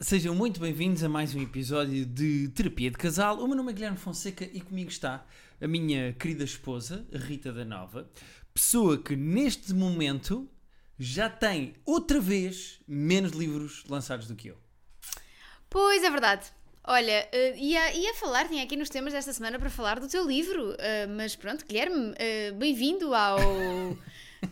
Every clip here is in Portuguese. Sejam muito bem-vindos a mais um episódio de Terapia de Casal. O meu nome é Guilherme Fonseca e comigo está a minha querida esposa, Rita da Nova, pessoa que neste momento já tem outra vez menos livros lançados do que eu. Pois é verdade. Olha, eh, ia, ia falar, tinha aqui nos temas desta semana para falar do teu livro, eh, mas pronto, Guilherme, eh, bem-vindo ao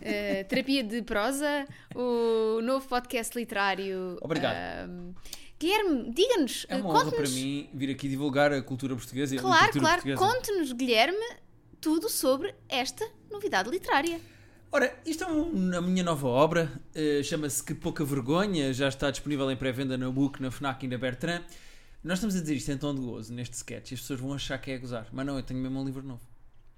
eh, Terapia de Prosa, o novo podcast literário. Obrigado. Ahm, Guilherme, diga-nos, É eh, uma honra para conte-nos. mim vir aqui divulgar a cultura portuguesa e a Claro, literatura claro, portuguesa. conte-nos, Guilherme, tudo sobre esta novidade literária. Ora, isto é um- a minha nova obra, eh, chama-se Que Pouca Vergonha, já está disponível em pré-venda na Book, na FNAC e na Bertrand. Nós estamos a dizer isto em tom de gozo neste sketch e as pessoas vão achar que é a gozar, mas não, eu tenho mesmo um livro novo.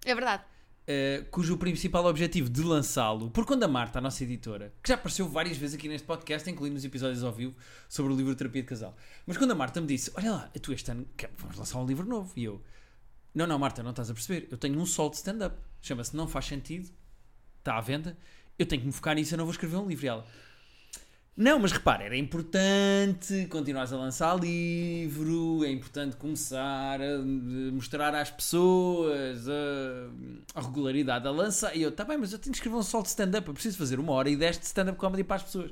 É verdade. eh, cujo principal objetivo de lançá-lo, por quando a Marta, a nossa editora, que já apareceu várias vezes aqui neste podcast, incluindo nos episódios ao vivo sobre o livro Terapia de Casal, mas quando a Marta me disse: Olha lá, tu este ano quer- vamos lançar um livro novo, e eu: Não, não, Marta, não estás a perceber, eu tenho um sol de stand-up, chama-se Não Faz Sentido, está à venda, eu tenho que me focar nisso, eu não vou escrever um livro. E ela: não, mas repara, era importante continuares a lançar livro, é importante começar a eh, mostrar às pessoas eh, a, regularidade a lançar. E eu, tá bem, mas eu tenho que escrever um sol de stand-up, eu preciso fazer uma hora e dez de stand-up comedy para as pessoas.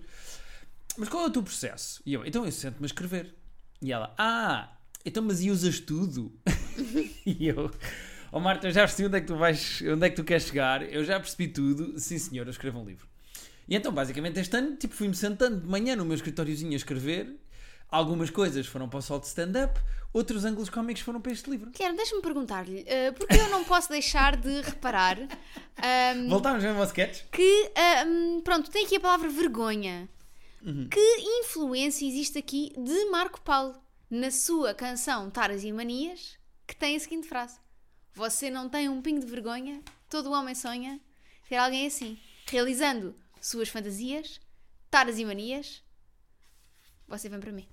Mas qual é o teu processo? E eu, então eu sento-me a escrever. E ela, ah, então mas e usas tudo? e eu, oh Marta, eu já percebi onde é que tu vais, onde é que tu queres chegar, eu já percebi tudo, sim senhor, eu escrevo um livro. E então, basicamente, este ano, tipo, fui-me sentando de manhã no meu escritóriozinho a escrever. Algumas coisas foram para o sol de stand-up, outros ângulos cómicos foram para este livro. Guilherme, deixa-me perguntar-lhe, eh, porque eu não posso deixar de reparar ahm, Voltámos mesmo ao sketch? que, ahm, pronto, tem aqui a palavra vergonha. Uhum. Que influência existe aqui de Marco Paulo na sua canção Taras e Manias, que tem a seguinte frase: Você não tem um pingo de vergonha, todo homem sonha ter alguém assim, realizando suas fantasias, taras e manias. Você vem para mim.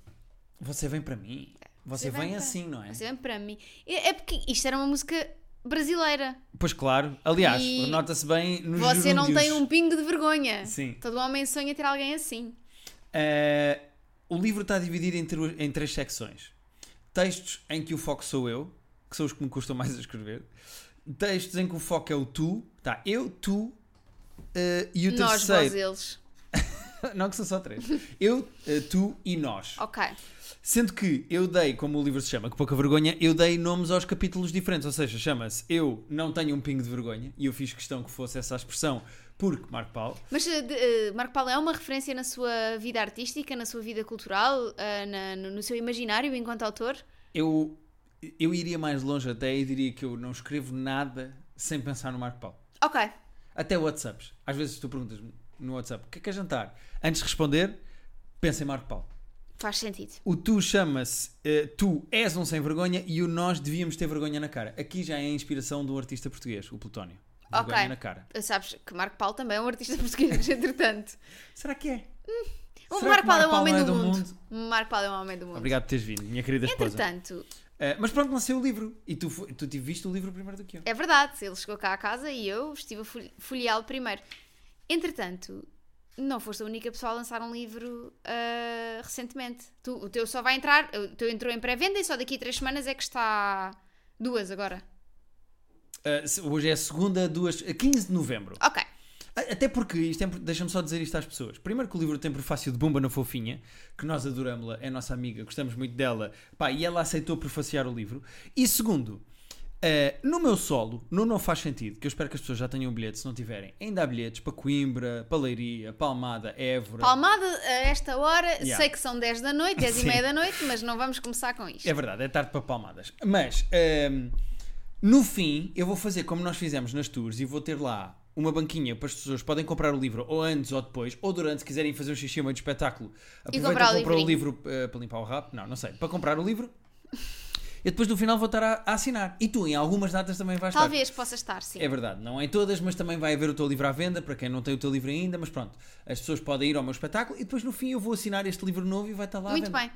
Você vem para mim. Você, vem, para- assim, não é? Você vem para mim. É é porque isto era uma música brasileira. Pois claro. Aliás, E- nota-se bem nos Você não gerúndios. tem um pingo de vergonha. Sim. Todo homem sonha ter alguém assim. Eh, o livro está dividido em, tru- em três secções: textos em que o foco sou eu, que são os que me custam mais a escrever, textos em que o foco é o tu, tá? Eu, tu eh, e o Nós, vós, terceiro. eles. Não, que são só três. Eu, eh, tu e nós. Ok. Sendo que eu dei, como o livro se chama, que pouca vergonha, eu dei nomes aos capítulos diferentes. Ou seja, chama-se Eu Não Tenho um Pingo de Vergonha. E eu fiz questão que fosse essa a expressão, porque Marco Paulo. Mas eh, de- eh, Marco Paulo é uma referência na sua vida artística, na sua vida cultural, eh, na- no, no seu imaginário enquanto autor? Eu, eu iria mais longe até e diria que eu não escrevo nada sem pensar no Marco Paulo. Ok. Até WhatsApps. Às vezes tu perguntas-me no WhatsApp o que é que é jantar. Antes de responder, pensa em Marco Paulo. Faz sentido. O tu chama-se eh, Tu és um sem vergonha e o nós devíamos ter vergonha na cara. Aqui já é a inspiração de um artista português, o Plutónio. Vergonha Ok. na cara. Eh, Sabes que Marco Paulo também é um artista português, entretanto. Será que é? O Será Marco que Paulo é Hum, um homem não do, mundo. é. Marco Paulo é um homem do mundo. Obrigado por teres vindo, minha querida esposa. Entretanto, Eh, mas pronto, lancei o livro. E tu, fo- tu te viste o livro primeiro do que eu. É verdade, ele chegou cá à casa e eu estive a fol- folheá-lo primeiro. Entretanto, não foste a única pessoa a lançar um livro ah, recentemente. Tu- o teu só vai entrar, o teu entrou em pré-venda e só daqui a três semanas é que está duas agora. Eh, se- hoje é a segunda, duas, eh, 15 de novembro. Ok, A- Até porque, isto é, impor- deixa-me só dizer isto às pessoas. Primeiro que o livro tem prefácio de Bomba na Fofinha, que nós adoramos-la, é nossa amiga, gostamos muito dela, pá, e ela aceitou prefaciar o livro. E segundo, eh, no meu solo, no Não Faz Sentido, que eu espero que as pessoas já tenham bilhete, se não tiverem, ainda há bilhetes para Coimbra, para Leiria, Palmada, Évora. palmada a esta hora, Yeah. sei que são 10 da noite, 10 e Sim. meia da noite, mas não vamos começar com isto. É verdade, é tarde para palmadas. Mas, ehm, no fim, eu vou fazer como nós fizemos nas tours e vou ter lá uma banquinha para as pessoas podem comprar o livro ou antes ou depois, ou durante, se quiserem fazer um xixi a meio do espetáculo, comprar aproveitam e o compram o livro livrinho. eh, para limpar o rabo. Não, não sei. Para comprar o livro. E depois no final vou estar a, a assinar. E tu, em algumas datas também vais estar. Talvez possa estar, sim. É verdade, não em todas, mas também vai haver o teu livro à venda para quem não tem o teu livro ainda. Mas pronto, as pessoas podem ir ao meu espetáculo e depois no fim eu vou assinar este livro novo e vai estar lá. à Muito venda. bem.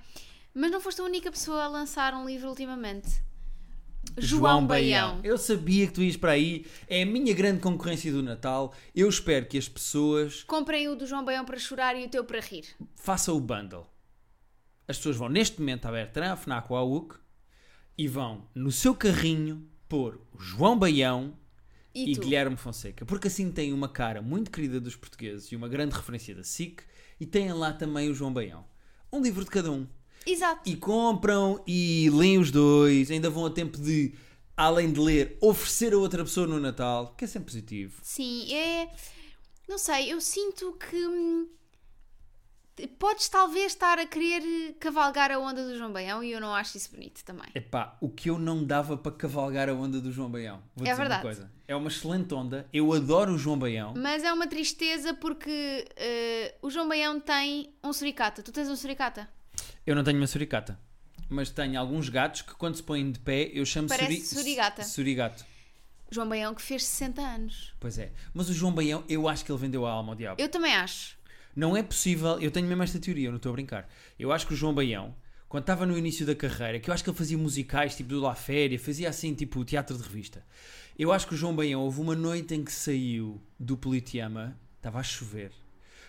Mas não foste a única pessoa a lançar um livro ultimamente. Eu sabia que tu ias para aí. É a minha grande concorrência do Natal. Eu espero que as pessoas Comprem o do João Baião para chorar e o teu para rir. façam o bundle. As pessoas vão neste momento à Bertrand, à FNAC ou à UC e vão no seu carrinho pôr o João Baião E, e, tu? Guilherme Fonseca, porque assim tem uma cara muito querida dos portugueses e uma grande referência da SIC e têm lá também o João Baião. Um livro de cada um. Exato. E compram e leem os dois, ainda vão a tempo de, além de ler, oferecer a outra pessoa no Natal, que é sempre positivo. Sim, é. Não sei, eu sinto que. hum, Podes talvez estar a querer cavalgar a onda do João Baião e eu não acho isso bonito também. Epá, o que eu não dava para cavalgar a onda do João Baião. Vou É dizer verdade. uma coisa. É uma excelente onda. Eu adoro o João Baião. Mas é uma tristeza porque eh, o João Baião tem um suricata. Tu tens um suricata? Eu não tenho uma suricata. Mas tenho alguns gatos que quando se põem de pé eu chamo suri- Parece surigata. Surigato. João Baião que fez 60 anos. Pois é. Mas o João Baião, eu acho que ele vendeu a alma ao diabo. Eu também acho. Não é possível, eu tenho mesmo esta teoria, eu não estou a brincar. Eu acho que o João Baião, quando estava no início da carreira, que eu acho que ele fazia musicais tipo do La Féria, fazia assim tipo teatro de revista. Eu acho que o João Baião houve uma noite em que saiu do Politeama, estava a chover.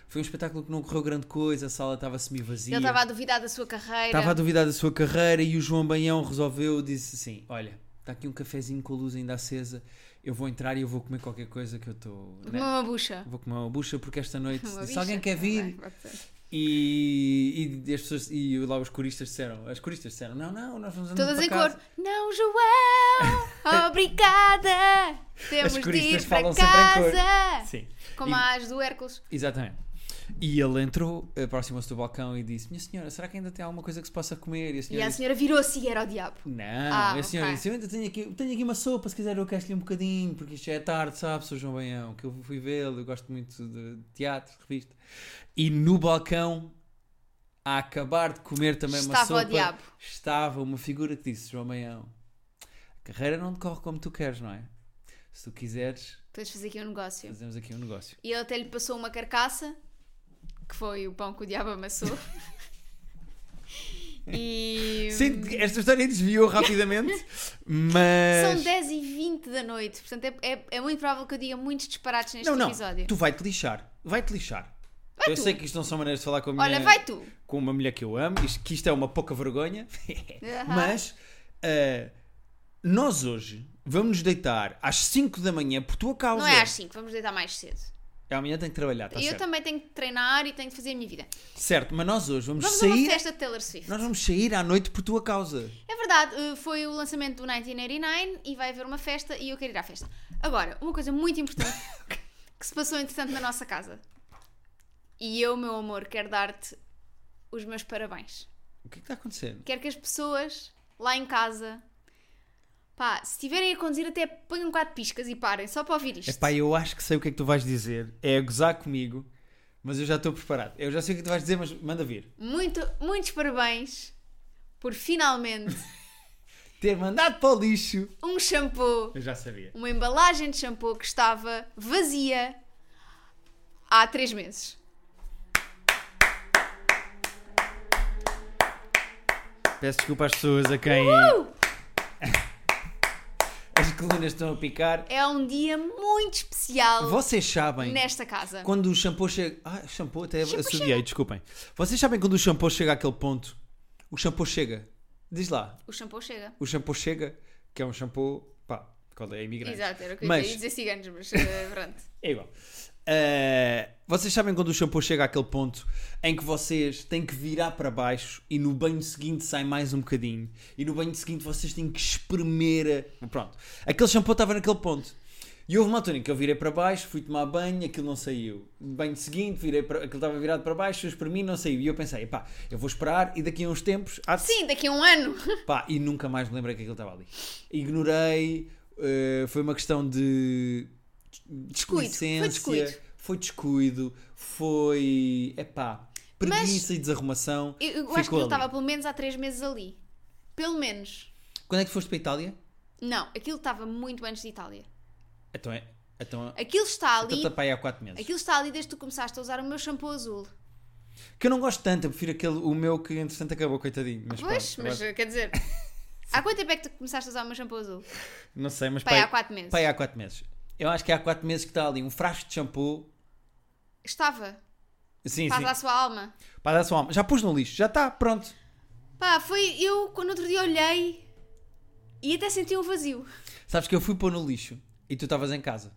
Foi um espetáculo que não correu grande coisa, a sala estava semi-vazia. Ele estava a duvidar da sua carreira. Estava a duvidar da sua carreira e o João Baião resolveu, disse assim: Olha, está aqui um cafezinho com a luz ainda acesa, eu vou entrar e eu vou comer qualquer coisa que eu estou. Comeu uma bucha. Vou comer uma bucha porque esta noite, Uma se bicha. alguém quer Vai, vir. pode ser. E, e as pessoas, e lá os coristas disseram: As coristas disseram: Não, não, nós vamos andar Todas para em casa." cor. Não, João! Obrigada! Temos As de coristas ir para falam sempre em cor. casa! Sim. Como E- as do Hércules. Exatamente. E ele entrou, aproximou-se do balcão e disse: Minha senhora, será que ainda tem alguma coisa que se possa comer? E é a E senhora a disse: senhora virou-se e era o diabo. Tipo, Não, é Ah, a senhora ok. disse: Eu ainda tenho aqui, tenho aqui uma sopa, se quiser eu quero-lhe um bocadinho, porque isto já é tarde, sabe, Sr. João Baião, que eu fui vê-lo, eu gosto muito de teatro, de revista. E no balcão, a acabar de comer também uma Estava o sopa, diabo. estava uma figura que disse: João Baião, a carreira não decorre como tu queres, não é? Se tu quiseres, Depois fazer aqui um negócio. fazemos aqui um negócio. E ele até lhe passou uma carcaça, que foi o pão que o diabo amassou. e. Sinto que esta história desviou rapidamente, mas. São 10 e 20 da noite, portanto é, é- é muito provável que eu diga muitos disparates neste não, não, episódio. tu vai-te lixar, vai-te lixar. eu tu. sei que isto não são maneiras de falar com a minha Olha, vai tu! com uma mulher que eu amo, isto, que isto é uma pouca vergonha, Ahá. mas ah, nós hoje vamos nos deitar às 5 da manhã por tua causa. Não é às 5, vamos deitar mais cedo. Eu Amanhã tenho que trabalhar, está eu Tá certo. também tenho que treinar e tenho que fazer a minha vida. Certo, mas nós hoje vamos, Vamos a uma sair. festa de Taylor Swift. Nós vamos sair à noite por tua causa. É verdade, eh, foi o lançamento do 1989 e vai haver uma festa e eu quero ir à festa. Agora, uma coisa muito importante que se passou entretanto na nossa casa. E eu, meu amor, quero dar-te os meus parabéns. O que é que está acontecendo? Quero que as pessoas lá em casa, pá, se estiverem a conduzir, até ponham quatro piscas e parem, só para ouvir isto. Epá, eu acho que sei o que é que tu vais dizer. É a gozar comigo, mas eu já estou preparado. Eu já sei o que tu vais dizer, mas manda vir. Muito, muitos parabéns por finalmente Ter mandado para o lixo. um shampoo Eu já sabia. uma embalagem de shampoo que estava vazia há três meses. Peço desculpa às pessoas a quem. Uh! As colunas estão a picar. É um dia muito especial Vocês sabem nesta casa. quando o shampoo chega. Ah, shampoo até Shampoo associei, desculpem. Vocês sabem quando o shampoo chega àquele ponto? O shampoo chega. Diz lá, O shampoo chega. o shampoo chega, que é um shampoo. pá, qual é? Imigrante. Exato, era o que eu Mas- ia dizer ciganos, mas eh, pronto. É igual. Eh, vocês sabem quando o shampoo chega àquele ponto em que vocês têm que virar para baixo e no banho seguinte sai mais um bocadinho e no banho seguinte vocês têm que espremer. a- Pronto, aquele shampoo estava naquele ponto. E houve uma altura em que eu virei para baixo, fui tomar banho, aquilo não saiu. Banho seguinte, virei para... aquilo estava virado para baixo, eu espremi, não saiu. E eu pensei, pá, eu vou esperar e daqui a uns tempos há de Sim, daqui a um ano. Pá, e nunca mais me lembrei que aquilo estava ali. Ignorei, eh, foi uma questão de Descuido, foi deslicência, descuido. foi descuido, foi, epá, preguiça e desarrumação. Eu, eu acho que Ficou ele ali. estava pelo menos há três meses ali. Pelo menos. Quando é que foste para a Itália? Não, aquilo estava muito antes de Itália. então Então é, então, Aquilo está então ali. está para aí há 4 meses. Aquilo está ali desde que tu começaste a usar o meu shampoo azul. Que eu não gosto tanto, eu prefiro aquele, o meu que entretanto acabou, coitadinho. Mas Pois, pronto, mas agora- eh, quer dizer. Há quanto tempo é que tu começaste a usar o meu shampoo azul? não sei, mas Pai, para há quatro meses. Pai, há 4 meses. Eu acho que há 4 meses que está ali um frasco de shampoo. Estava. Sim, Faz sim. à sua alma. Para dar sua alma. Já pus no lixo, já está, pronto. Pá, foi. Eu, quando outro dia olhei e até senti um vazio. Sabes que eu fui pôr no lixo e tu estavas em casa.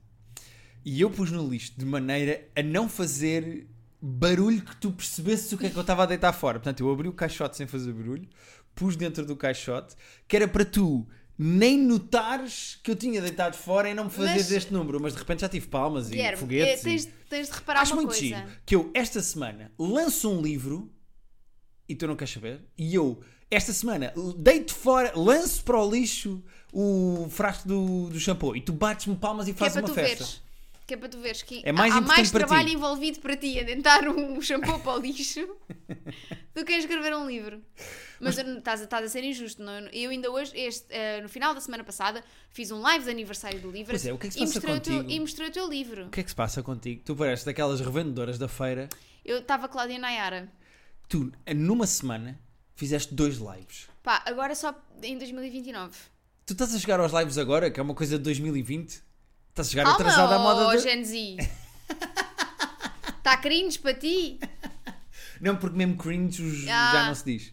E eu pus no lixo de maneira a não fazer barulho que tu percebesses o que é que eu estava a deitar fora. Portanto, eu abri o caixote sem fazer barulho, pus dentro do caixote, que era para tu nem notares que eu tinha deitado fora e não me fazeres Mas- este número. Mas de repente já tive palmas e Guilherme, eh, foguetes. e- tens, tens de reparar Acho uma muito coisa. giro que eu, esta semana, lanço um livro e tu não queres saber. E eu, esta semana, deito fora, lanço para o lixo o frasco do, do shampoo e tu bates-me palmas e Que é fazes para uma tu festa. veres. Que é para tu veres que É mais há há importante mais para ti. trabalho envolvido para ti a tentar um shampoo para o lixo do que a escrever um livro. Mas, eu não- estás, a- estás a ser injusto. Não? é? Eu ainda hoje, este, eh, no final da semana passada, fiz um live de aniversário do livro Pois é, o que é que se e, passa mostrei o teu, contigo? e mostrei o teu livro. O que é que se passa contigo? Tu pareces daquelas revendedoras da feira. Eu estava Cláudia Nayara. Tu, numa semana, fizeste dois lives. Pá, agora só em 2029. Tu estás a chegar aos lives agora, que é uma coisa de 2020? Estás a chegar Calma, atrasada à oh, moda. de- Gen Z. Está cringe para ti? Não, porque mesmo cringe os- Ah. já não se diz.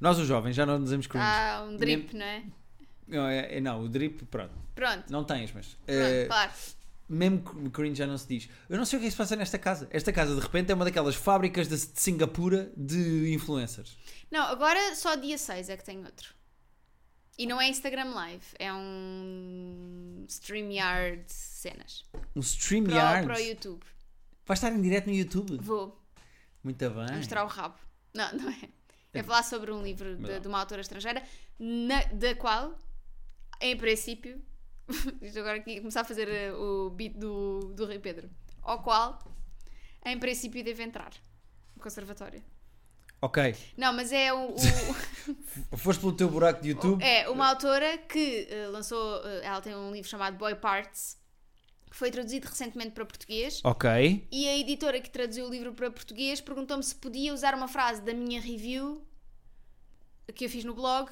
Nós, os jovens, já não dizemos cringe. Há um drip, não é? Não, é- é- não, o drip, pronto. Pronto, Não tens, mas. pronto, eh, claro. mesmo cr- cringe já não se diz. Eu não sei o que é que se passa nesta casa. Esta casa, de repente, é uma daquelas fábricas de, de Singapura de influencers. Não, agora só dia 6 é que tem outro. E não é Instagram Live, é um StreamYard cenas. Um Para, o- StreamYard. para o Vai YouTube. estar em direto no YouTube. Vou Muito bem. mostrar o rabo. Não, não é. É falar sobre um livro de, Mas- de uma autora estrangeira, na- da qual, em princípio, isto agora aqui começar a fazer eh, o beat do, do Rei Pedro, ao qual, em princípio, deve entrar no conservatório. Ok. Não, mas é o- o Foste pelo teu buraco de YouTube. É, uma autora que eh, lançou, eh, ela tem um livro chamado Boy Parts, que foi traduzido recentemente para português. Ok. E a editora que traduziu o livro para português perguntou-me se podia usar uma frase da minha review que eu fiz no blog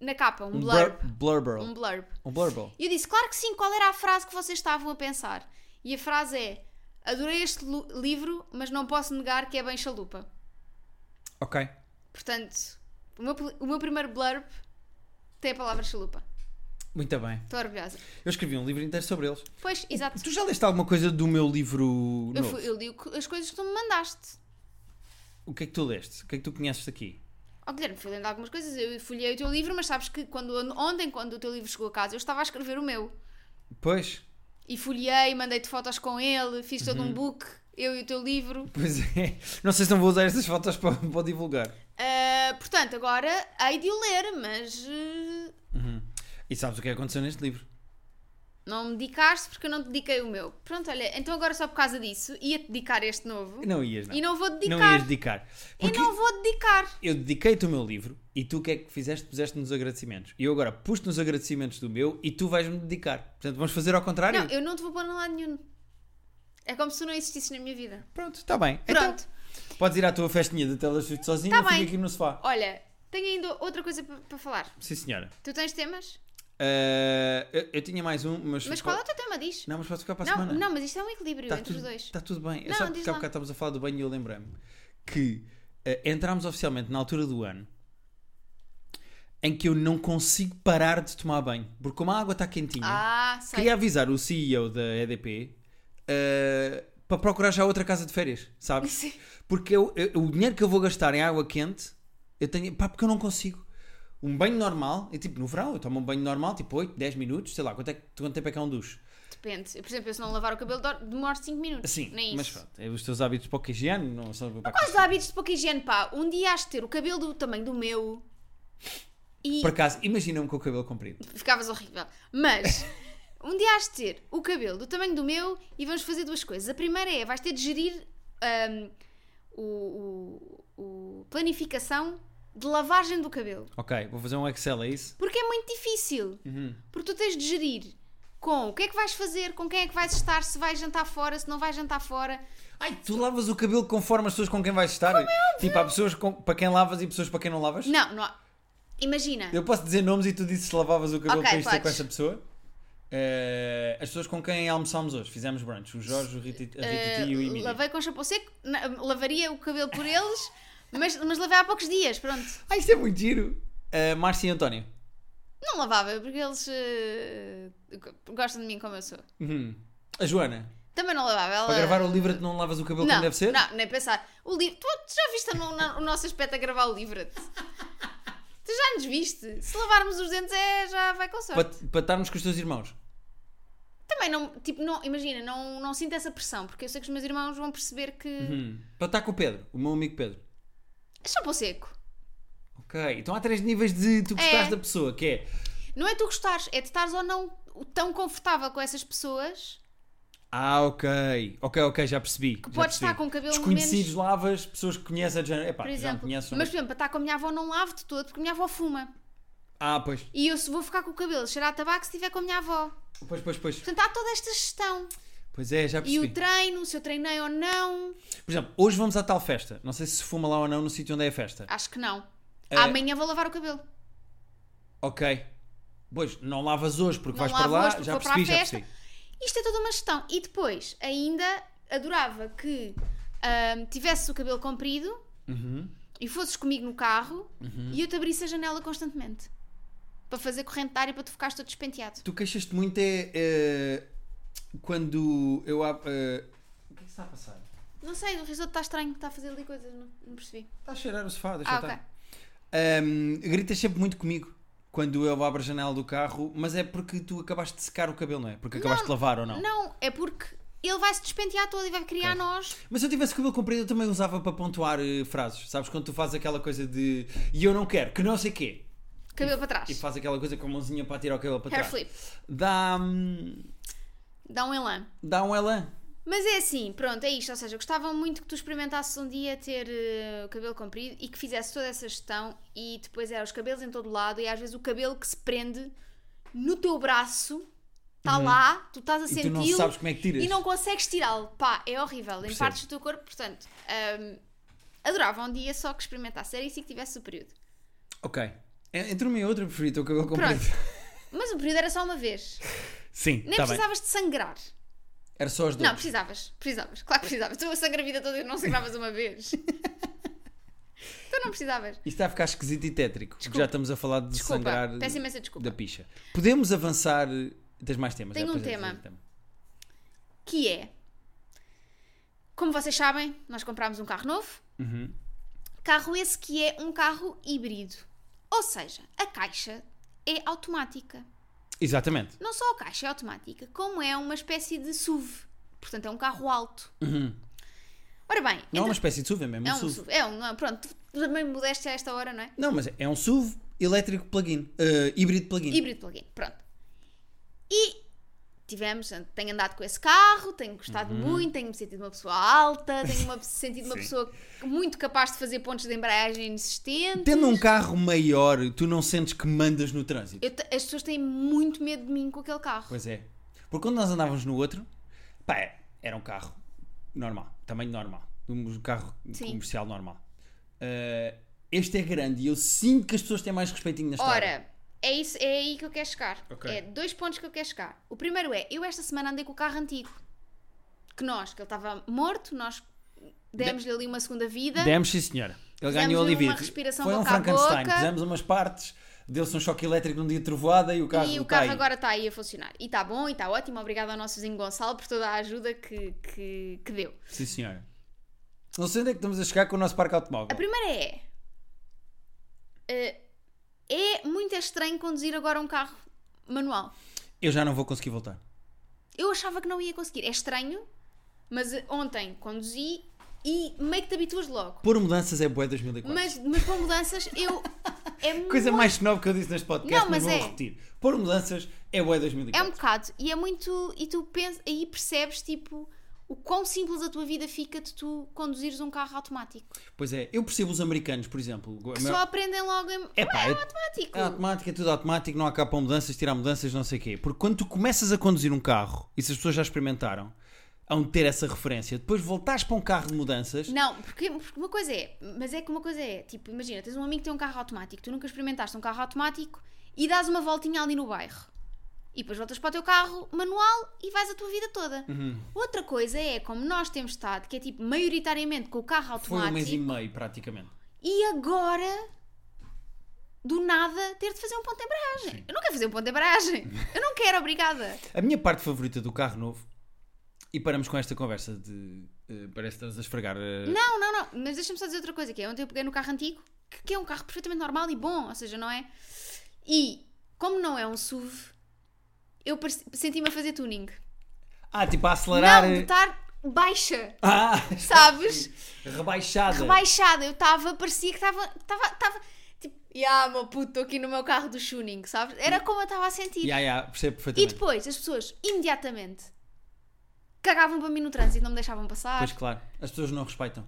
na capa, um Um blurb. blur- blurberl. Um blurb. Um blurberl. E eu disse, claro que sim, qual era a frase que vocês estavam a pensar? E a frase é: Adorei este lu- livro, mas não posso negar que é bem chalupa. Ok. Portanto, o meu, pl- o meu primeiro blurb tem a palavra chalupa. Muito bem. Estou orgulhosa. Eu escrevi um livro inteiro sobre eles. Pois, exato. Tu já leste alguma coisa do meu livro Eu, novo? fui- eu li o que- as coisas que tu me mandaste. O que é que tu leste? O que é que tu conheces daqui? Ó Oh, Guilherme, fui lendo algumas coisas, eu folhei o teu livro, mas sabes que quando, ontem, quando o teu livro chegou a casa, eu estava a escrever o meu. Pois. E folhei, mandei-te fotos com ele, fiz todo Uhum. um book, eu e o teu livro. Pois é. Não sei se não vou usar estas fotos para, para divulgar. Ah, portanto, agora hei de o ler, mas eh, E sabes o que é que aconteceu neste livro? não me dedicaste porque eu não te dediquei o meu. Pronto, olha, então agora só por causa disso ia-te dedicar este novo Não ias, não. e não vou dedicar. Não ias dedicar. Porque E não vou dedicar. eu dediquei-te o meu livro e tu o que é que fizeste? Puseste nos agradecimentos. E eu agora pus-te nos agradecimentos do meu e tu vais-me dedicar. Portanto, vamos fazer ao contrário? Não, eu não te vou pôr em lado nenhum. É como se tu não existisses na minha vida. Pronto, está bem. Pronto. Então, podes ir à tua festinha de Taylor Swift sozinho Tá eu fico bem. aqui no sofá. Olha, tenho ainda outra coisa pa- para falar. Sim, senhora. Tu tens temas? Eh, eu, eu tinha mais um, mas. Mas qual é o teu tema? Diz. Não, mas posso ficar para a Não, semana. não, mas isto é um equilíbrio Está Tá entre tudo, os dois. Está tudo bem. É Não, só diz porque há lá. bocado estávamos a falar do banho e eu lembrei-me que eh, entramos oficialmente na altura do ano em que eu não consigo parar de tomar banho. Porque como a água está quentinha, Ah, sei. queria avisar o CEO da EDP eh, para procurar já outra casa de férias, sabes? Sim. Porque eu- eu- o dinheiro que eu vou gastar em água quente, eu tenho. Pá, porque eu não consigo. Um banho normal, é tipo no verão, eu tomo um banho normal, tipo 8, 10 minutos, sei lá, quanto, é, que- quanto tempo é que é um duche? Depende. Eu, por exemplo, eu se não lavar o cabelo dor- demoro 5 minutos. Sim, Nem mas isso. pronto, é os teus hábitos pouco higiene, não são para Quais os hábitos de pouca higiene, pá? Um dia has de ter o cabelo do tamanho do meu e Por acaso, imagina-me com o cabelo comprido. ficavas horrível. Mas um dia has de ter o cabelo do tamanho do meu e vamos fazer duas coisas. A primeira é vais ter de gerir hum, o, o- o- planificação de lavagem do cabelo. Ok, vou fazer um Excel, é isso? Porque é muito difícil. Uhum. Porque tu tens de gerir com o que é que vais fazer, com quem é que vais estar, se vais jantar fora, se não vais jantar fora. Ai, tu lavas o cabelo conforme as pessoas com quem vais estar? tipo, há pessoas com- para quem lavas e pessoas para quem não lavas? é Não, não. há- Imagina. Eu posso dizer nomes e tu dizes se lavavas o cabelo Ok, para isto ou com podes. esta pessoa? Eh, as pessoas com quem almoçámos hoje, fizemos brunch, o Jorge, o Rita, a Rita Tia e o Eh, Emílio. lavei com shampoo seco, na- lavaria o cabelo por eles, Mas, mas lavei há poucos dias, pronto. Ah, isto é muito giro. Uh, Márcia e António. Não lavava, porque eles eh, gostam de mim como eu sou. Uhum. A Joana. Também não lavava. Ela... Para gravar o livro não lavas o cabelo Eh, não, como deve ser? Não, nem pensar. O livro. Tu, tu já viste no- na- o nosso aspecto a gravar o livro? Tu já nos viste? Se lavarmos os dentes é, já vai com sorte. Para, para estarmos com os teus irmãos. Também não, tipo, não, imagina, não, não sinto essa pressão, porque eu sei que os meus irmãos vão perceber que. Uhum. Para estar com o Pedro, o meu amigo Pedro. É só para o seco. Ok, então há três níveis de tu gostares É. da pessoa, que é Não é tu gostares, é de estares ou não tão confortável com essas pessoas Ah, ok, ok, ok, já percebi. que já podes percebi. estar com o cabelo Desconhecidos menos. lavas, pessoas que conhecem já, epá, já Por me exemplo. Mas, conheço. é? por exemplo, para estar com a minha avó não lavo de todo, porque a minha avó fuma. Ah, pois, E eu se vou ficar com o cabelo cheirar a tabaco se estiver com a minha avó. pois, pois, pois. Portanto, há toda esta gestão. Pois é, já E percebi. o treino, se eu treinei ou não. Por exemplo, hoje vamos à tal festa. Não sei se se fuma lá ou não no sítio onde é a festa. Acho que não. É. Amanhã vou lavar o cabelo. Ok. Pois, não lavas hoje porque Não vais para lavo lá, hoje porque já vou para percebi, a já festa. percebi. Isto é toda uma gestão. E depois, ainda adorava que ahm, tivesse o cabelo comprido Uhum. e fosses comigo no carro e eu te abrisse a janela constantemente para fazer corrente de ar e para tu ficares todo despenteado. Tu queixas-te muito é eh, quando eu. ab- eh, O que é que está a passar? Não sei, o risoto está estranho, está a fazer ali coisas, não, não percebi. Está a cheirar Tá o sofá, deixa Ah, estar. ok. Ahm, gritas sempre muito comigo quando eu abro a janela do carro, mas é porque tu acabaste de secar o cabelo, não é? Porque acabaste de lavar ou não? Não. é porque ele vai se despentear todo e vai criar Ok. nós. Mas se eu tivesse cabelo comprido, eu também usava para pontuar eh, frases. Sabes quando tu fazes aquela coisa de e eu não quero, que não sei quê, Cabelo para trás. e faz aquela coisa com a mãozinha para tirar o cabelo para Hair trás. flip. Dá, hum, Dá um elan. dá um elan. Mas é assim, pronto, é isto. Ou seja, eu gostava muito que tu experimentasses um dia ter eh, o cabelo comprido e que fizesse toda essa gestão e depois era os cabelos em todo lado e às vezes o cabelo que se prende no teu braço está lá, tu estás a Uhum. E tu não senti-lo sabes como é que tiras. e não consegues tirá-lo. Pá, é horrível. Em Percebo. partes do teu corpo, portanto, hum, adorava um dia só que experimentasse. Era isso e que tivesse o período. Ok. En- Entre uma e outra, eu preferi ter o cabelo comprido. Mas o período era só uma vez. Sim, Nem tá bem. precisavas de sangrar. Era só as duas. Não, precisavas, precisavas, claro que precisavas. Tu sangra a vida toda e não sangravas uma vez. tu não precisavas. Isto está a ficar esquisito e tétrico. porque Já estamos a falar de Desculpa, sangrar peço imensa desculpa. da picha. Podemos avançar. Tens mais temas? Tenho é, um pois é, tema. tens tema. Que é, como vocês sabem, nós comprámos um carro novo. Uhum. Carro esse que é um carro híbrido. Ou seja, a caixa é automática. Exatamente. Não só a caixa é automática, como é uma espécie de SUV. Portanto, é um carro alto. Não Ora bem, Uhum. é uma entre- espécie de SUV, é mesmo é um SUV. É um, pronto, também modéstia a esta hora, não é? Não, mas é um SUV elétrico plug-in. eh, híbrido plug-in. híbrido plug-in, pronto. E tivemos, tenho andado com esse carro, tenho gostado muito, tenho-me sentido uma pessoa alta, tenho-me sentido uma Uhum. Sim. pessoa muito capaz de fazer pontos de embreagem inexistentes. Tendo um carro maior, tu não sentes que mandas no trânsito. Eu te- as pessoas têm muito medo de mim com aquele carro. Pois é. Porque quando nós andávamos no outro, pá, é- era um carro normal, tamanho normal. Um carro Sim. comercial normal. Eh, este é grande e eu sinto que as pessoas têm mais respeitinho na estrada. Ora, é, isso, é aí que eu quero chegar. Ok. É dois pontos que eu quero chegar. O primeiro é, eu esta semana andei com o carro antigo. Que nós, que ele estava morto, nós demos-lhe ali uma segunda vida. Demos, sim, senhora. Ele Fizemos ganhou uma ali vida. respiração Foi um boca a Frankenstein. boca. Fizemos umas partes, deu-se um choque elétrico num dia de trovoada e o carro e o tá carro aí. agora está aí a funcionar. E está bom, e está ótimo. Obrigada ao nosso vizinho Gonçalo por toda a ajuda que, que, que deu. Sim, senhora. Não sei onde é que estamos a chegar com o nosso parque A automóvel. primeira é. eh, é muito estranho conduzir agora um carro manual. Eu já não vou conseguir voltar. Eu achava que não ia conseguir. É estranho, mas eh, ontem conduzi e meio que te habituas logo. Por mudanças é bué 2004. Mas, mas com mudanças eu. É Coisa muito- mais snob que eu disse neste podcast, Não, mas, vou mas é. repetir. Por mudanças é bué É um 2004. bocado. E é muito. E tu pensas, aí percebes tipo o quão simples a tua vida fica de tu conduzires um carro automático. Pois é, eu percebo os americanos, por exemplo. que só aprendem logo em... É pá, é, eu- automático. É automático, é tudo automático, não há cá para mudanças, tirar mudanças, não sei o quê. Porque quando tu começas a conduzir um carro, e se as pessoas já experimentaram, a um ter essa referência, depois voltares para um carro de mudanças, Não, porque, porque uma coisa é, mas é que uma coisa é, tipo, imagina, tens um amigo que tem um carro automático, tu nunca experimentaste um carro automático e dás uma voltinha ali no bairro. E depois voltas para o teu carro manual e vais a tua vida toda. Uhum. Outra coisa é, como nós temos estado, que é tipo, maioritariamente com o carro foi um mês e automático, meio praticamente. e agora do nada ter de fazer um ponto de embreagem. Eu não quero fazer um ponto de embreagem. Eu não quero, obrigada. A minha parte favorita do carro novo, e paramos com esta conversa de. eh, parece que estás a esfregar. eh, Não, não, não. Mas deixa-me só dizer outra coisa, que é ontem eu peguei no carro antigo, que, que é um carro perfeitamente normal e bom, ou seja, não é? E como não é um SUV, eu pareci- senti-me a fazer tuning. Ah, tipo a acelerar. Não, de eh, estar baixa, Ah, sabes? rebaixada. Rebaixada. Eu estava, parecia que estava, estava, estava, tipo, ah, meu puto, estou aqui no meu carro do tuning, sabes? Era como eu estava a sentir. Ya, ya, percebo E perfeitamente. depois as pessoas imediatamente cagavam para mim no trânsito, não me deixavam passar. Pois claro, as pessoas não respeitam.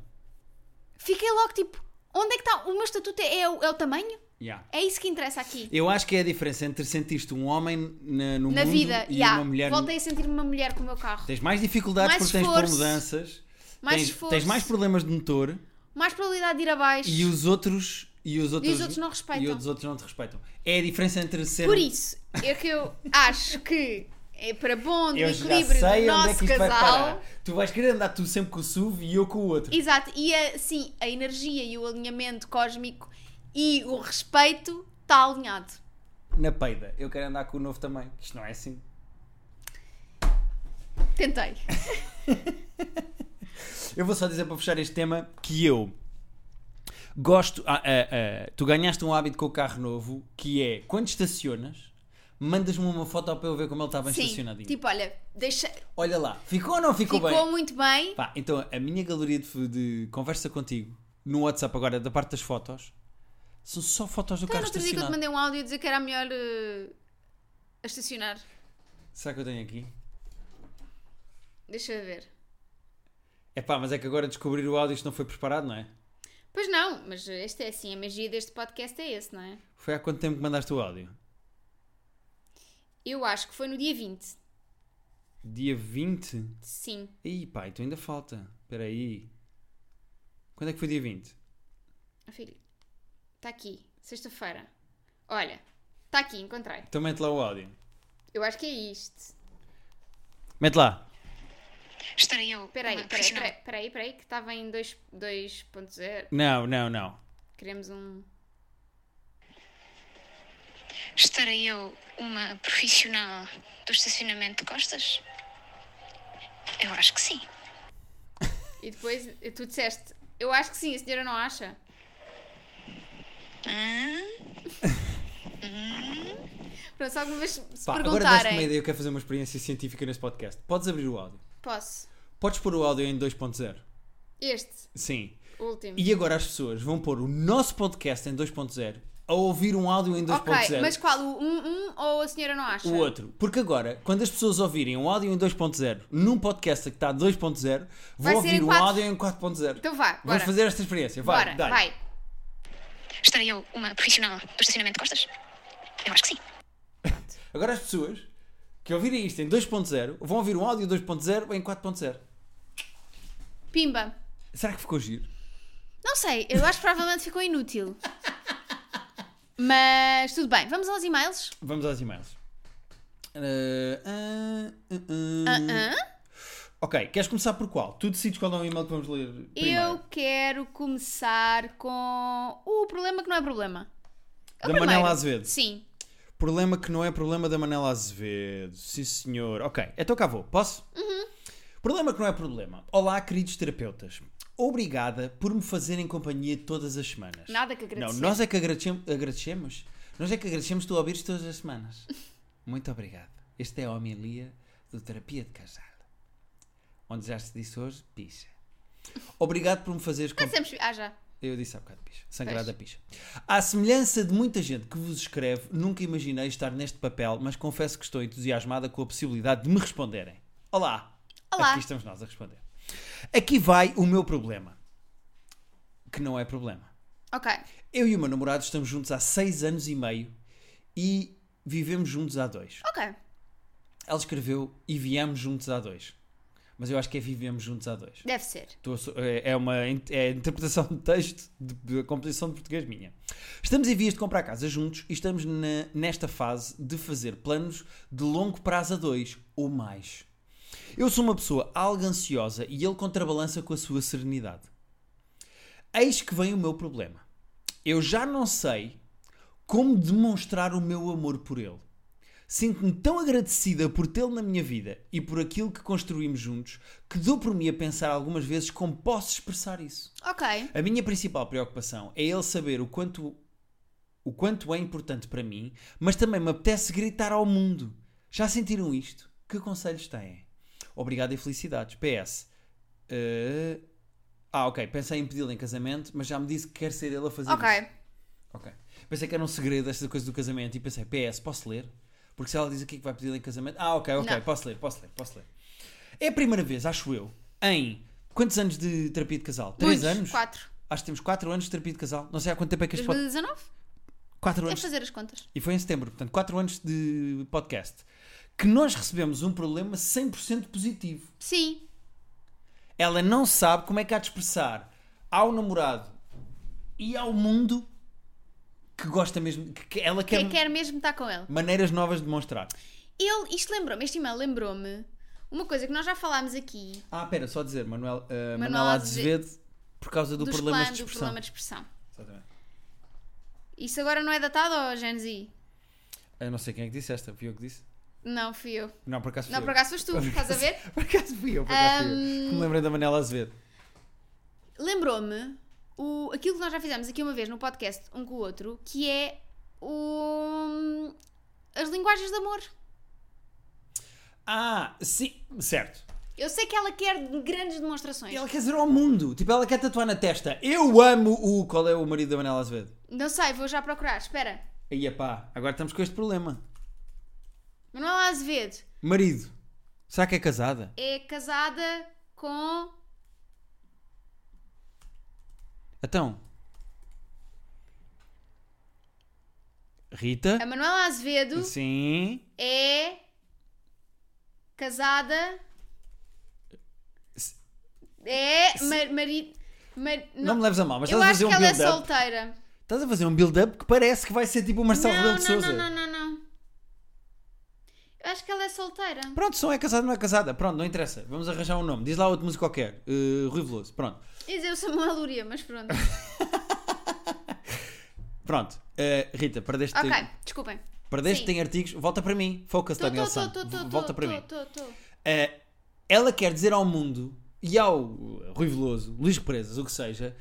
Fiquei logo tipo, onde é que está? O meu estatuto é, é o, é o tamanho? Ya. É isso que interessa aqui. Eu acho que é a diferença entre sentiste um homem na, no Na mundo vida, e já. uma mulher. no- Voltei a sentir-me uma mulher com o meu carro. Tens mais dificuldades Mais porque tens esforço. mudanças, Mais tens, esforço. tens mais problemas de motor Mais probabilidade de ir abaixo. e os outros e os outros, outros não respeitam. E os outros não te respeitam. É a diferença entre ser Por um- isso é que eu acho que é para bom do eu já sei equilíbrio do onde é nosso que isto vai casal. parar. Tu vais querer andar tu sempre com o SUV e eu com o outro. Exato, e a, sim, a energia e o alinhamento cósmico e o respeito está alinhado. Na peida, eu quero andar com o novo também. Isto não é assim. Tentei. Tá Eu vou só dizer para fechar este tema que eu gosto. ah, ah, ah, tu ganhaste um hábito com o carro novo que é quando estacionas, mandas-me uma foto para eu ver como ele está bem Sim, estacionadinho. tipo, olha, deixa, Olha lá, ficou ou não ficou, ficou, bem? muito bem. Pá, então a minha galeria de, de conversa contigo no WhatsApp agora da parte das fotos são só fotos do Então, carro no outro dia que eu te estacionado. mandei um áudio a dizer que era melhor eh, a estacionar. Será que eu tenho aqui? Deixa eu ver. É pá, mas é que agora descobrir o áudio isto não foi preparado, não é? Pois não, mas este é assim, a magia deste podcast é esse, não é? Foi há quanto tempo que mandaste o áudio? Eu acho que foi no dia 20. Dia 20? Sim. Ih, pá, então ainda falta. Espera aí. Quando é que foi dia 20? Ó, Filho, está aqui, sexta-feira. Olha, está aqui, encontrei. Então mete lá o áudio. Eu acho que é isto. Mete lá. Estarei eu. Peraí, Uma peraí, profissional. peraí, peraí, peraí, que estava em dois- 2.0. Não, não, não. Queremos um. Estarei eu, uma profissional do estacionamento de costas? Eu acho que sim. E depois eh, tu disseste, eu acho que sim, a senhora não acha. Hum? Pronto, se alguma vez se Pá, agora deste uma perguntarem, ideia, eu quero fazer uma experiência científica neste podcast. Podes abrir o áudio. posso. Podes pôr o áudio em 2.0. Este, Sim. o último. E agora as pessoas vão pôr o nosso podcast em 2.0 a ouvir um áudio em 2.0. Ok, mas qual? O 1 um, um, ou a senhora não acha? O outro. Porque agora, quando as pessoas ouvirem um áudio em 2.0 num podcast que está a 2.0, Vai vão ser ouvir em um quatro. áudio em 4.0. Então vá, Vamos bora. fazer esta experiência. Vai, Bora, dá-lhe. vai. Estarei eu, uma profissional do estacionamento de costas? Eu acho que sim. Agora as pessoas que ouvirem isto em 2.0 vão ouvir um áudio 2.0 em 4.0. Pimba. Será que ficou giro? Não sei, eu acho que provavelmente ficou inútil. Mas tudo bem, vamos aos e-mails. Vamos aos e-mails. Ah, ah, ah, ah. Ahn? Ok, queres começar por qual? Tu decides qual é o e-mail que vamos ler primeiro. Eu quero começar com o problema que não é problema. É o Da primeiro. Manela Azevedo. Sim. Problema que não é problema da Manela Azevedo. Sim, senhor. Ok, então cá vou. Posso? Uhum. Problema que não é problema. Olá, queridos terapeutas. Obrigada por me fazerem companhia todas as semanas. Nada que Não, agradecer. nós é que agradecem- agradecemos. Nós é que agradecemos tu ouvires todas as semanas. Muito obrigado. Esta é a homilia do Terapia de Casal. Onde já se disse hoje, picha. Obrigado por me fazeres companhia. Sempre... Ah, já. Eu disse há bocado picha. Sangrada picha. À semelhança de muita gente que vos escreve, nunca imaginei estar neste papel, mas confesso que estou entusiasmada com a possibilidade de me responderem. Olá! Olá. Aqui estamos nós a responder. Aqui vai o meu problema. Que não é problema. Ok. Eu e o meu namorado estamos juntos há seis anos e meio e vivemos juntos há dois. Ok. Ela escreveu e viemos juntos há dois. Mas eu acho que é vivemos juntos há dois. Deve ser. Estou a so- É é uma in- é a interpretação de texto de- da composição de português minha. Estamos em vias de comprar casa juntos e estamos na- nesta fase de fazer planos de longo prazo a dois ou mais. Eu sou uma pessoa algo ansiosa e ele contrabalança com a sua serenidade. Eis que vem o meu problema. Eu já não sei como demonstrar o meu amor por ele. Sinto-me tão agradecida por tê-lo na minha vida e por aquilo que construímos juntos que dou por mim a pensar algumas vezes como posso expressar isso. Ok. A minha principal preocupação é ele saber o quanto o quanto é importante para mim, mas também me apetece gritar ao mundo. Já sentiram isto? Que conselhos têm? Obrigado e felicidades. PS. eh, Ah, ok. Pensei em pedi-lo em casamento, mas já me disse que quer ser ele a fazer Ok. isso. Ok. Pensei que era um segredo esta coisa do casamento e pensei, PS, posso ler? Porque se ela diz o que é que vai pedir em casamento. Ah, ok, ok, Não. posso ler, posso ler, posso ler. É a primeira vez, acho eu, em quantos anos de terapia de casal? Três Muitos. anos? Quatro. Acho que temos quatro anos de terapia de casal. Não sei há quanto tempo é que este pode. 2019? Quatro É anos. fazer as contas. E foi em setembro, portanto, 4 anos de podcast. Que nós recebemos um problema 100% positivo. Sim. Ela não sabe como é que há de expressar ao namorado e ao mundo que gosta mesmo, que que ela Que- quer Quer, mesmo estar com ele. maneiras novas de mostrar. Ele, isto lembrou-me, este e-mail lembrou-me uma coisa que nós já falámos aqui Ah, pera, só dizer, Manuel, uh, Manuel Manuela Azevedo. Azevedo, por causa do dos problema clãs, de do expressão. problema de expressão. Exatamente. Isso agora não é datado, oh, Gen Z? Eu não sei quem é que disse esta, fui eu que disse? Não, fui eu. Não, por acaso fui Não, eu. por acaso foste tu, estás a ver? Por acaso fui eu, por acaso fui eu. Ahm. Que Me lembrei da Manuela Azevedo. Lembrou-me o, aquilo que nós já fizemos aqui uma vez no podcast, um com o outro, que é o, as linguagens de amor. Ah, sim, certo. Eu sei que ela quer grandes demonstrações. Ela quer dizer ao mundo. Tipo, ela quer tatuar na testa. Eu amo o. Qual é o marido da Manela Azevedo? Não sei, vou já procurar. Espera. Aí pá, agora estamos com este problema. Manuela Azevedo Marido. Será que é casada? é casada com. Então. Rita? A Manuela Azevedo Sim. é casada. Se- É mar, mari, mar- Não, não- me leves a mal, mas eu estás a acho fazer que um ela é build-up. solteira. Estás a fazer um build-up que parece que vai ser tipo o Marcelo não, Rebelo de não, Souza. não, não, não, não. Eu acho que ela é solteira. Pronto, se não é casada, não é casada. Pronto, não interessa. Vamos arranjar um nome. Diz lá outro músico qualquer. Uh, Rui Veloso. Pronto. Quer dizer, o Samuel Luria, mas pronto. Pronto. Uh, Rita, perdeste. ok, desculpem. Perdeste, Sim. tem artigos. Volta para mim. Focus, Tô, tô, Daniel tô, San. tô, tô, tô, Volta para tô, mim. tô, tô. Eh, ela quer dizer ao mundo e ao Rui Veloso, Luís Represas, o que seja,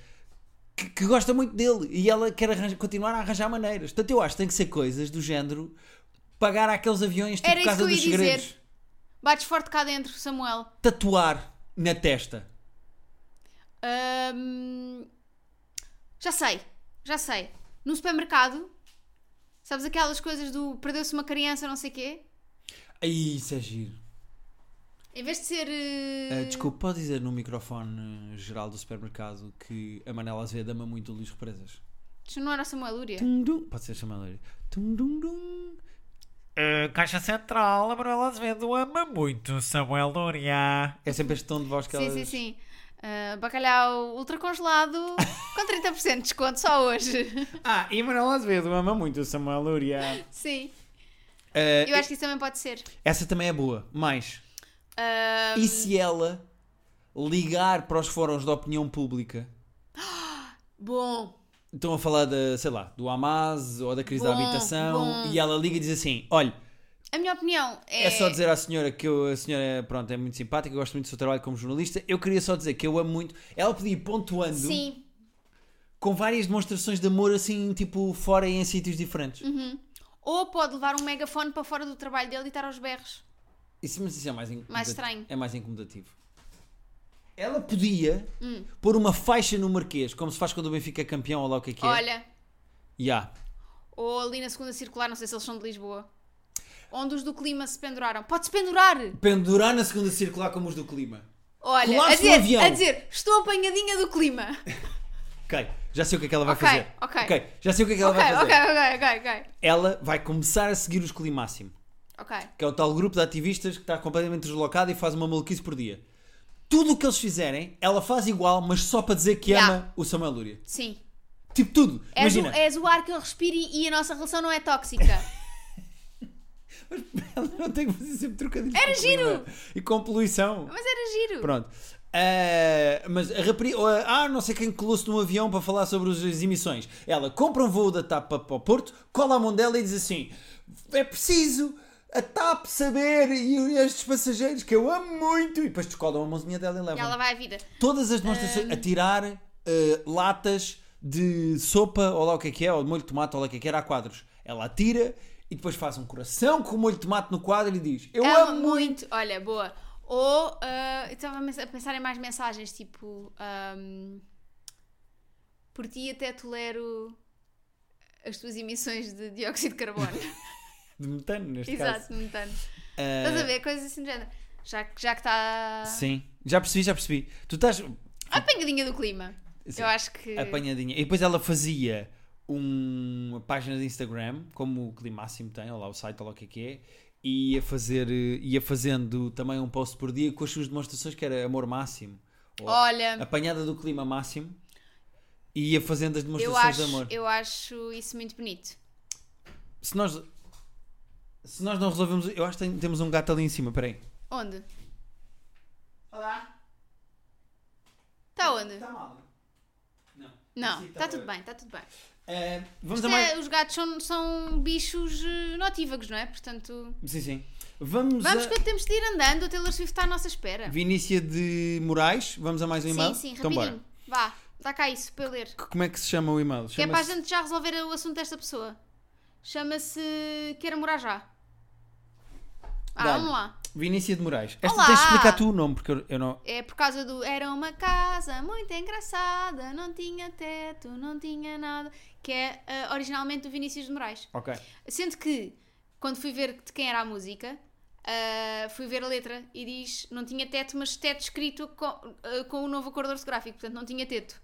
que, que gosta muito dele e ela quer arranja- continuar a arranjar maneiras. Portanto, eu acho que tem que ser coisas do género pagar aqueles aviões tipo Era isso Casa que eu dos ia dizer. Segredos, Bates forte cá dentro, Samuel. tatuar na testa. Ahm, já sei, já sei. No supermercado, sabes aquelas coisas do perdeu-se uma criança, não sei quê? Ai, isso é giro. Em vez de ser. Eh, eh, desculpa, pode dizer no microfone eh, geral do supermercado que a Manela Azevedo ama muito o Luís Represas? isto não era o Samuel Lúria. Tum, dum. Pode ser chamado ele. Tum, dum, dum. Uh, Caixa Central, a Manuela Azevedo ama muito Samuel Doria. É sempre este tom de voz que Sim, ela sim, sim. Ah, bacalhau ultracongelado com 30% de desconto só hoje. Ah, e Manuel Azevedo ama muito o Samuel Luria. Sim. É, Eu acho que isso também pode ser. Ah, Essa também é boa. Mais, Ah, e se ela ligar para os fóruns de opinião pública? bom, Estão a falar da, sei lá, do Hamas ou da crise da Bom, habitação bom. e ela liga e diz assim: olha, a minha opinião é. é só dizer à senhora que eu, a senhora pronto, é muito simpática, eu gosto muito do seu trabalho como jornalista, eu queria só dizer que eu amo muito. Ela podia ir pontuando Sim. com várias demonstrações de amor assim, tipo, fora e em sítios diferentes. Uhum. Ou pode levar um megafone para fora do trabalho dele e estar aos berros. Isso, mas isso é mais incomodativo. Mais estranho. É mais incomodativo. Ela podia Hum. pôr uma faixa no Marquês, como se faz quando o Benfica é campeão ou lá o que é que é. Olha, Ya. ou ali na segunda circular, não sei se eles são de Lisboa. Onde os do clima se penduraram. Pode-se pendurar! Pendurar na segunda circular como os do clima. Olha, Colar-se a no dizer, avião. a dizer, estou apanhadinha do clima. Ok, já sei o que é que ela vai Ok, fazer. ok. já sei o que é que ela ok, vai fazer. ok, ok, ok, Ela vai começar a seguir os Climáximo, ok. Ok. que é o tal grupo de ativistas que está completamente deslocado e faz uma maluquice por dia. Tudo o que eles fizerem, ela faz igual, mas só para dizer que Ya. ama o Samuel Lúria. Sim. Tipo tudo. És um- é- o, Imagina. és o ar que eu respiro e e a nossa relação não é tóxica. Ela não tem que fazer sempre trocadilhos. Era com o clima E com poluição. Mas era giro. Pronto. Eh, mas a rapariga. ou a- Ah, não sei quem colou-se num avião para falar sobre os- as emissões. Ela compra um voo da TAP para para o Porto, cola a mão dela e diz assim: é preciso a TAP saber e estes passageiros que eu amo muito. E depois descolam a mãozinha dela e levam. E ela vai à vida. Todas as demonstrações a tirar eh, latas de sopa, ou lá o que é que é, ou de molho de tomate, ou lá o que é que era, a quadros. Ela atira e depois faz um coração com o molho de tomate no quadro e diz: Eu Ela amo muito. Olha, boa. Ou ah, eu estava a mens- a pensar em mais mensagens, tipo. ahm, por ti até tolero as tuas emissões de dióxido de carbono. De metano, neste caso. Exato, metano. Estás a ver? Coisas assim do género. Já, que- já que está. Ah, Sim, já percebi, já percebi. Tu estás A apanhadinha do clima. Sim. Eu acho que. apanhadinha. E depois ela fazia um, uma página de Instagram, como o Climáximo tem, ou lá o site, ou lá o que é que é, e ia, fazer, eh, ia fazendo também um post por dia com as suas demonstrações, que era amor máximo. Ou Olha. Apanhada do clima máximo. E ia fazendo as Eu demonstrações acho, de amor. eu acho isso muito bonito. Se nós... Se nós não resolvemos... Eu acho que tem- temos um gato ali em cima, peraí. Onde? Olá. Está onde? mal? Não. tá Não, está tudo bem, está tudo bem. Eh, vamos Isto a mais... é, os gatos são, são bichos eh, notívagos, não é? Portanto, Sim, sim. Vamos, vamos a... quando temos de ir andando, o Taylor Swift está à nossa espera. Vinícia de Moraes, vamos a mais um e-mail? Sim, sim, Então bora. rapidinho. Vá, dá cá isso para eu ler. C- Como é que se chama o e-mail? Que é para a Chama-se gente já resolver o assunto desta pessoa. Chama-se Quero Morar Já. Ah, Dá-lhe. vamos lá. Vinícia de Moraes. Esta Olá! tens de explicar tu o nome, porque eu, eu não... É por causa do Era uma casa muito engraçada, não tinha teto, não tinha nada. Que é ah, originalmente do Vinícius de Moraes. Ok. Sendo que, quando fui ver de quem era a música, ah, fui ver a letra e diz: não tinha teto, mas teto escrito com, ah, com o novo acordo ortográfico, portanto não tinha teto.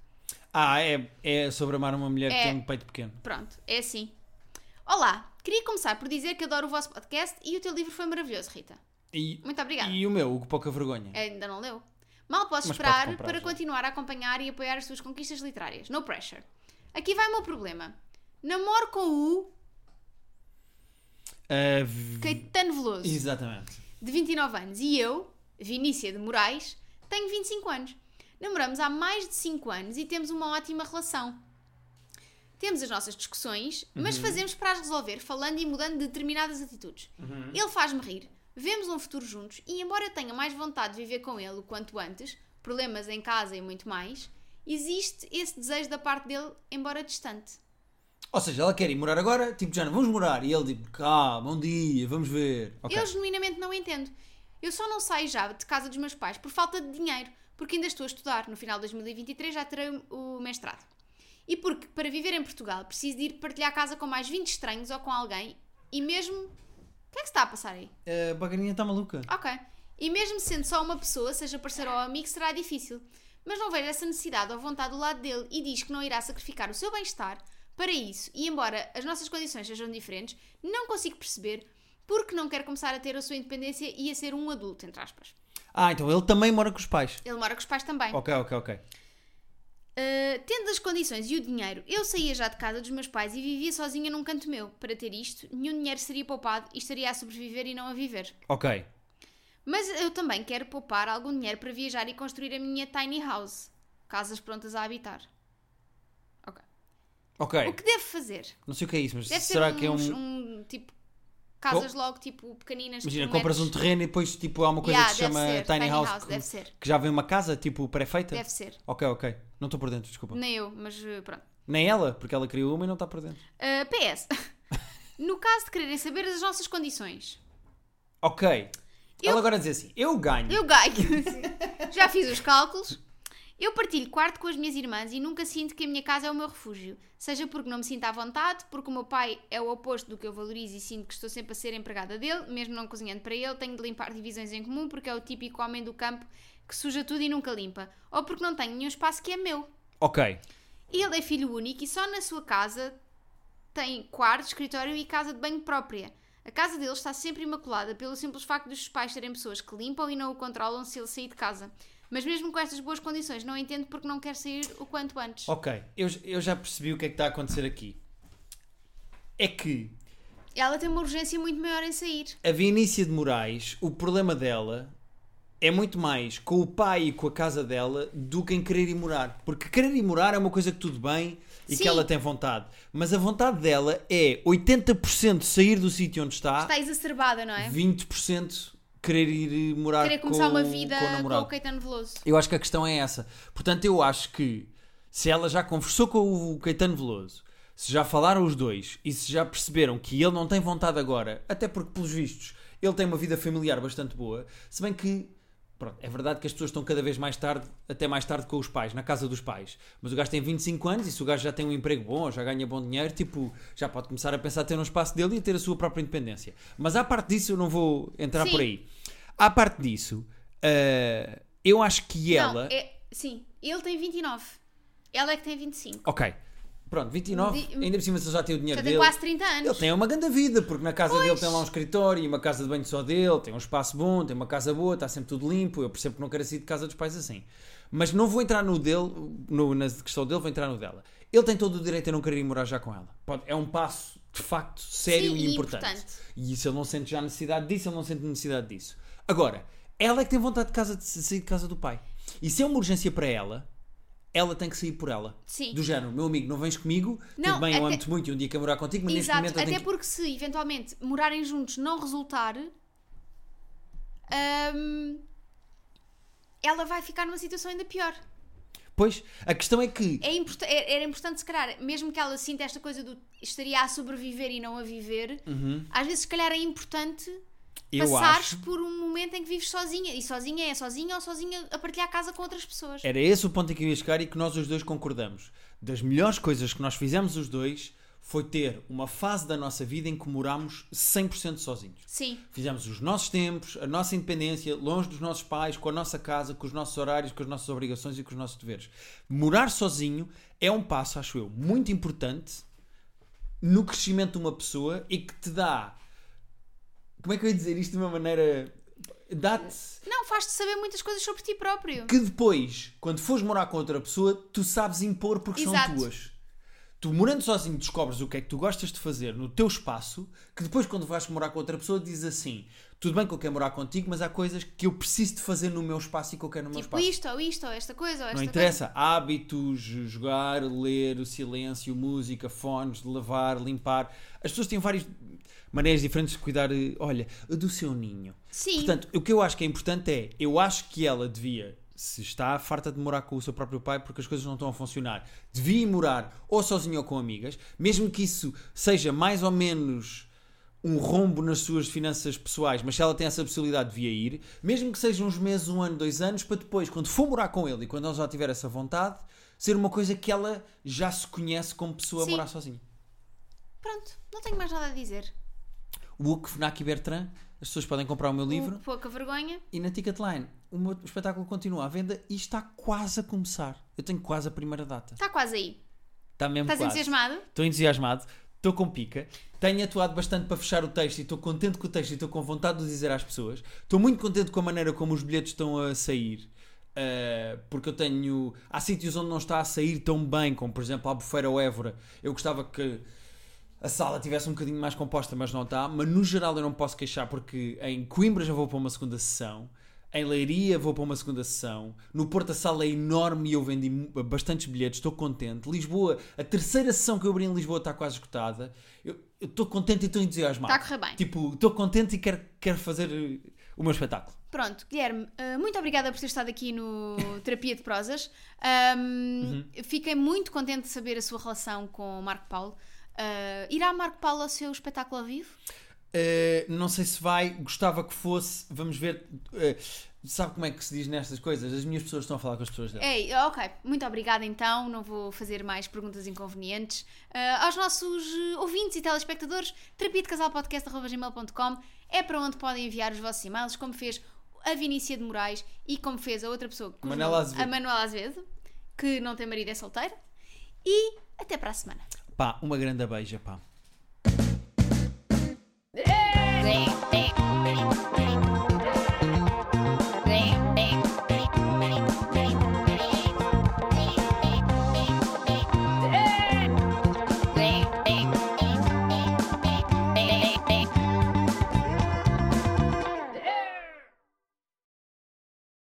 Ah, é, é sobre amar uma mulher que É. tem um peito pequeno. Pronto, é assim. Olá, queria começar por dizer que adoro o vosso podcast e o teu livro foi maravilhoso, Rita. E, Muito obrigada. É. e o meu, o Pouca Vergonha. Ainda não leu? Mal posso Mas esperar pode comprar para já. continuar a acompanhar e apoiar as suas conquistas literárias. No pressure. Aqui vai o meu problema. Namoro com o Ah, v- Caetano Veloso, Exatamente. de 29 anos, e eu, Vinícia de Moraes, tenho 25 anos. Namoramos há mais de 5 anos e temos uma ótima relação. Temos as nossas discussões, mas fazemos para as resolver, falando e mudando determinadas atitudes. Ele faz-me rir, vemos um futuro juntos e, embora eu tenha mais vontade de viver com ele o quanto antes, problemas em casa e muito mais, existe esse desejo da parte dele, embora distante. Ou seja, ela quer ir morar agora, tipo, já não vamos morar. E ele, tipo, calma, um dia, vamos ver. Ok. Eu genuinamente não entendo. Eu só não saio já de casa dos meus pais por falta de dinheiro, porque ainda estou a estudar. No final de 2023 já terei o mestrado. E porque, para viver em Portugal, preciso de ir partilhar casa com mais 20 estranhos ou com alguém e mesmo. O que é que se está a passar aí? Ah, A bagarinha está maluca. Ok. E mesmo sendo só uma pessoa, seja parceiro ou amigo, será difícil. Mas não vejo essa necessidade ou vontade do lado dele e diz que não irá sacrificar o seu bem-estar para isso. E embora as nossas condições sejam diferentes, não consigo perceber porque não quer começar a ter a sua independência e a ser um adulto, entre aspas. Ah, então ele também mora com os pais. Ele mora com os pais também. Ok, ok, ok. Uh, tendo as condições e o dinheiro, eu saía já de casa dos meus pais e vivia sozinha num canto meu. Para ter isto, nenhum dinheiro seria poupado e estaria a sobreviver e não a viver. Ok. Mas eu também quero poupar algum dinheiro para viajar e construir a minha tiny house. Casas prontas a habitar. Ok. Ok. O que devo fazer? Não sei o que é isso, mas Deve será ser que é uns- um... um tipo. Casas logo tipo pequeninas. Imagina, por compras um metros. terreno e depois tipo, há uma coisa Yeah, que se deve chama ser, tiny, tiny house, house, que, deve ser. que já vem uma casa tipo pré-feita? Deve ser. Ok, ok. Não estou por dentro, desculpa. Nem eu, mas eh, pronto. Nem ela, porque ela criou uma e não está por dentro. Ah, PS. no caso de quererem saber as nossas condições, Ok. Eu- Ela agora diz assim, eu ganho. Eu ganho. Já fiz os cálculos. Eu partilho quarto com as minhas irmãs e nunca sinto que a minha casa é o meu refúgio. Seja porque não me sinto à vontade, porque o meu pai é o oposto do que eu valorizo e sinto que estou sempre a ser empregada dele, mesmo não cozinhando para ele, tenho de limpar divisões em comum porque é o típico homem do campo que suja tudo e nunca limpa. Ou porque não tenho nenhum espaço que é meu. Ok. Ele é filho único e só na sua casa tem quarto, escritório e casa de banho própria. A casa dele está sempre imaculada pelo simples facto dos seus pais serem pessoas que limpam e não o controlam se ele sair de casa. Mas mesmo com estas boas condições, não entendo porque não quer sair o quanto antes. Ok. Eu, eu já percebi o que é que está a acontecer aqui. É que Ela tem uma urgência muito maior em sair. a Vinícia de Moraes, o problema dela é muito mais com o pai e com a casa dela do que em querer ir morar. Porque querer ir morar é uma coisa que tudo bem e Sim. que ela tem vontade. Mas a vontade dela é 80% sair do sítio onde está, Está exacerbada, não é? 20% querer ir morar Querer com, começar uma vida com o com o, namorado. Caetano Veloso. Eu acho que a questão é essa. Portanto, eu acho que se ela já conversou com o Caetano Veloso, se já falaram os dois e se já perceberam que ele não tem vontade agora, até porque, pelos vistos, ele tem uma vida familiar bastante boa, se bem que. Pronto, é verdade que as pessoas estão cada vez mais tarde, até mais tarde com os pais, na casa dos pais. Mas o gajo tem 25 anos e se o gajo já tem um emprego bom, já ganha bom dinheiro, tipo, já pode começar a pensar ter um espaço dele e a ter a sua própria independência. Mas à parte disso eu não vou entrar Sim. por aí. À parte disso, ah, eu acho que ela. Não, é- sim, ele tem 29. Ela é que tem 25. Ok. Pronto, 29, Di- ainda por cima se já tem o dinheiro Já tem É dele. quase 30 anos. Ele tem uma grande vida, porque na casa dele tem lá um escritório e uma casa de banho só dele, tem um espaço bom, tem uma casa boa, está sempre tudo limpo. Eu percebo que não quero sair de casa dos pais assim. Mas não vou entrar no dele, no- na questão dele, vou entrar no dela. Ele tem todo o direito a não querer ir morar já com ela. Pode- é um passo, de facto, sério Sim, e e importante. importante. E isso ele não sente já necessidade disso, ele não sente necessidade disso. Agora, ela é que tem vontade de, casa, de sair de casa do pai. E se é uma urgência para ela, ela tem que sair por ela. Sim. Do género, meu amigo, não vens comigo, Não, tudo bem, eu até- amo-te muito e um dia quero morar contigo, mas neste Exato, momento eu até tenho que... porque se eventualmente morarem juntos não resultar, hum, ela vai ficar numa situação ainda pior. Pois, a questão é que... É import- é- era importante, se calhar, mesmo que ela sinta esta coisa do estaria a sobreviver e não a viver, às vezes, se calhar, é importante Uhum. Eu passares acho. por um momento em que vives sozinha. E sozinha é sozinha ou sozinha a partilhar casa com outras pessoas. Era esse o ponto em que eu ia chegar e que nós os dois concordamos. Das melhores coisas que nós fizemos os dois foi ter uma fase da nossa vida em que morámos 100% sozinhos. Sim, Fizemos os nossos tempos, a nossa independência, longe dos nossos pais, com a nossa casa, com os nossos horários, com as nossas obrigações e com os nossos deveres. Morar sozinho é um passo, acho eu, muito importante no crescimento de uma pessoa e que te dá. Como é que eu ia dizer isto de uma maneira. Dá-te não, faz-te saber muitas coisas sobre ti próprio. que depois, quando fores morar com outra pessoa, tu sabes impor porque Exato. são tuas. Tu morando sozinho descobres o que é que tu gostas de fazer no teu espaço, que depois quando vais morar com outra pessoa dizes assim, tudo bem que eu quero morar contigo, mas há coisas que eu preciso de fazer no meu espaço e que eu quero no meu Tipo espaço. isto, ou isto, ou esta coisa, ou esta Não interessa, hábitos, jogar, ler, o silêncio, música, fones, lavar, limpar. As pessoas têm várias maneiras diferentes de cuidar, eh, olha, do seu ninho. coisa. Sim, Portanto, o que eu acho que é importante é, eu acho que ela devia, se está farta de morar com o seu próprio pai porque as coisas não estão a funcionar, devia ir morar ou sozinha ou com amigas, mesmo que isso seja mais ou menos um rombo nas suas finanças pessoais, mas se ela tem essa possibilidade, devia ir, mesmo que seja uns meses, um ano, dois anos, para depois, quando for morar com ele e quando ela já tiver essa vontade, ser uma coisa que ela já se conhece como pessoa Sim. a morar sozinha. pronto, não tenho mais nada a dizer. O Hugo Fnac e Bertrand, as pessoas podem comprar o meu livro. O pouca vergonha. E na Ticketline, o meu espetáculo continua à venda e está quase a começar. Eu tenho quase a primeira data. Está Tá quase aí. Está mesmo Estás quase. entusiasmado? Estou entusiasmado, estou com pica, tenho atuado bastante para fechar o texto e estou contente com o texto e estou com vontade de o dizer às pessoas. Estou muito contente com a maneira como os bilhetes estão a sair. eh, porque eu tenho. Há sítios onde não está a sair tão bem, como por exemplo a Albufeira ou Évora. Eu gostava que a sala tivesse um bocadinho mais composta, mas não está. Mas no geral eu não posso queixar porque em Coimbra já vou para uma segunda sessão, em Leiria vou para uma segunda sessão, no Porto a sala é enorme e eu vendi mu- bastantes bilhetes, estou contente. Lisboa, a terceira sessão que eu abri em Lisboa está quase esgotada. Eu eu estou contente e estou entusiasmado. Está a correr bem. Tipo, estou contente e quero, quero fazer eh, o meu espetáculo. Pronto, Guilherme, eh, muito obrigada por ter estado aqui no Terapia de Prosas. Ahm, Fiquei muito contente de saber a sua relação com o Marco Paulo. Ah, irá Marco Paulo ao seu espetáculo ao vivo? Uh, não sei se vai, gostava que fosse. Vamos ver. uh, sabe como é que se diz nestas coisas? As minhas pessoas estão a falar com as pessoas delas. Ei, ok, muito obrigada então, não vou fazer mais perguntas inconvenientes. Ah, aos nossos eh, ouvintes e telespectadores, terapiadecasalpodcast.com é para onde podem enviar os vossos e-mails, como fez a Vinícia de Moraes e como fez a outra pessoa, cujo Manuela nome- Azevedo. a Manuela Azevedo, que não tem marido, é solteira. E até para a semana. Pá, uma grande beija, pá. Bleh.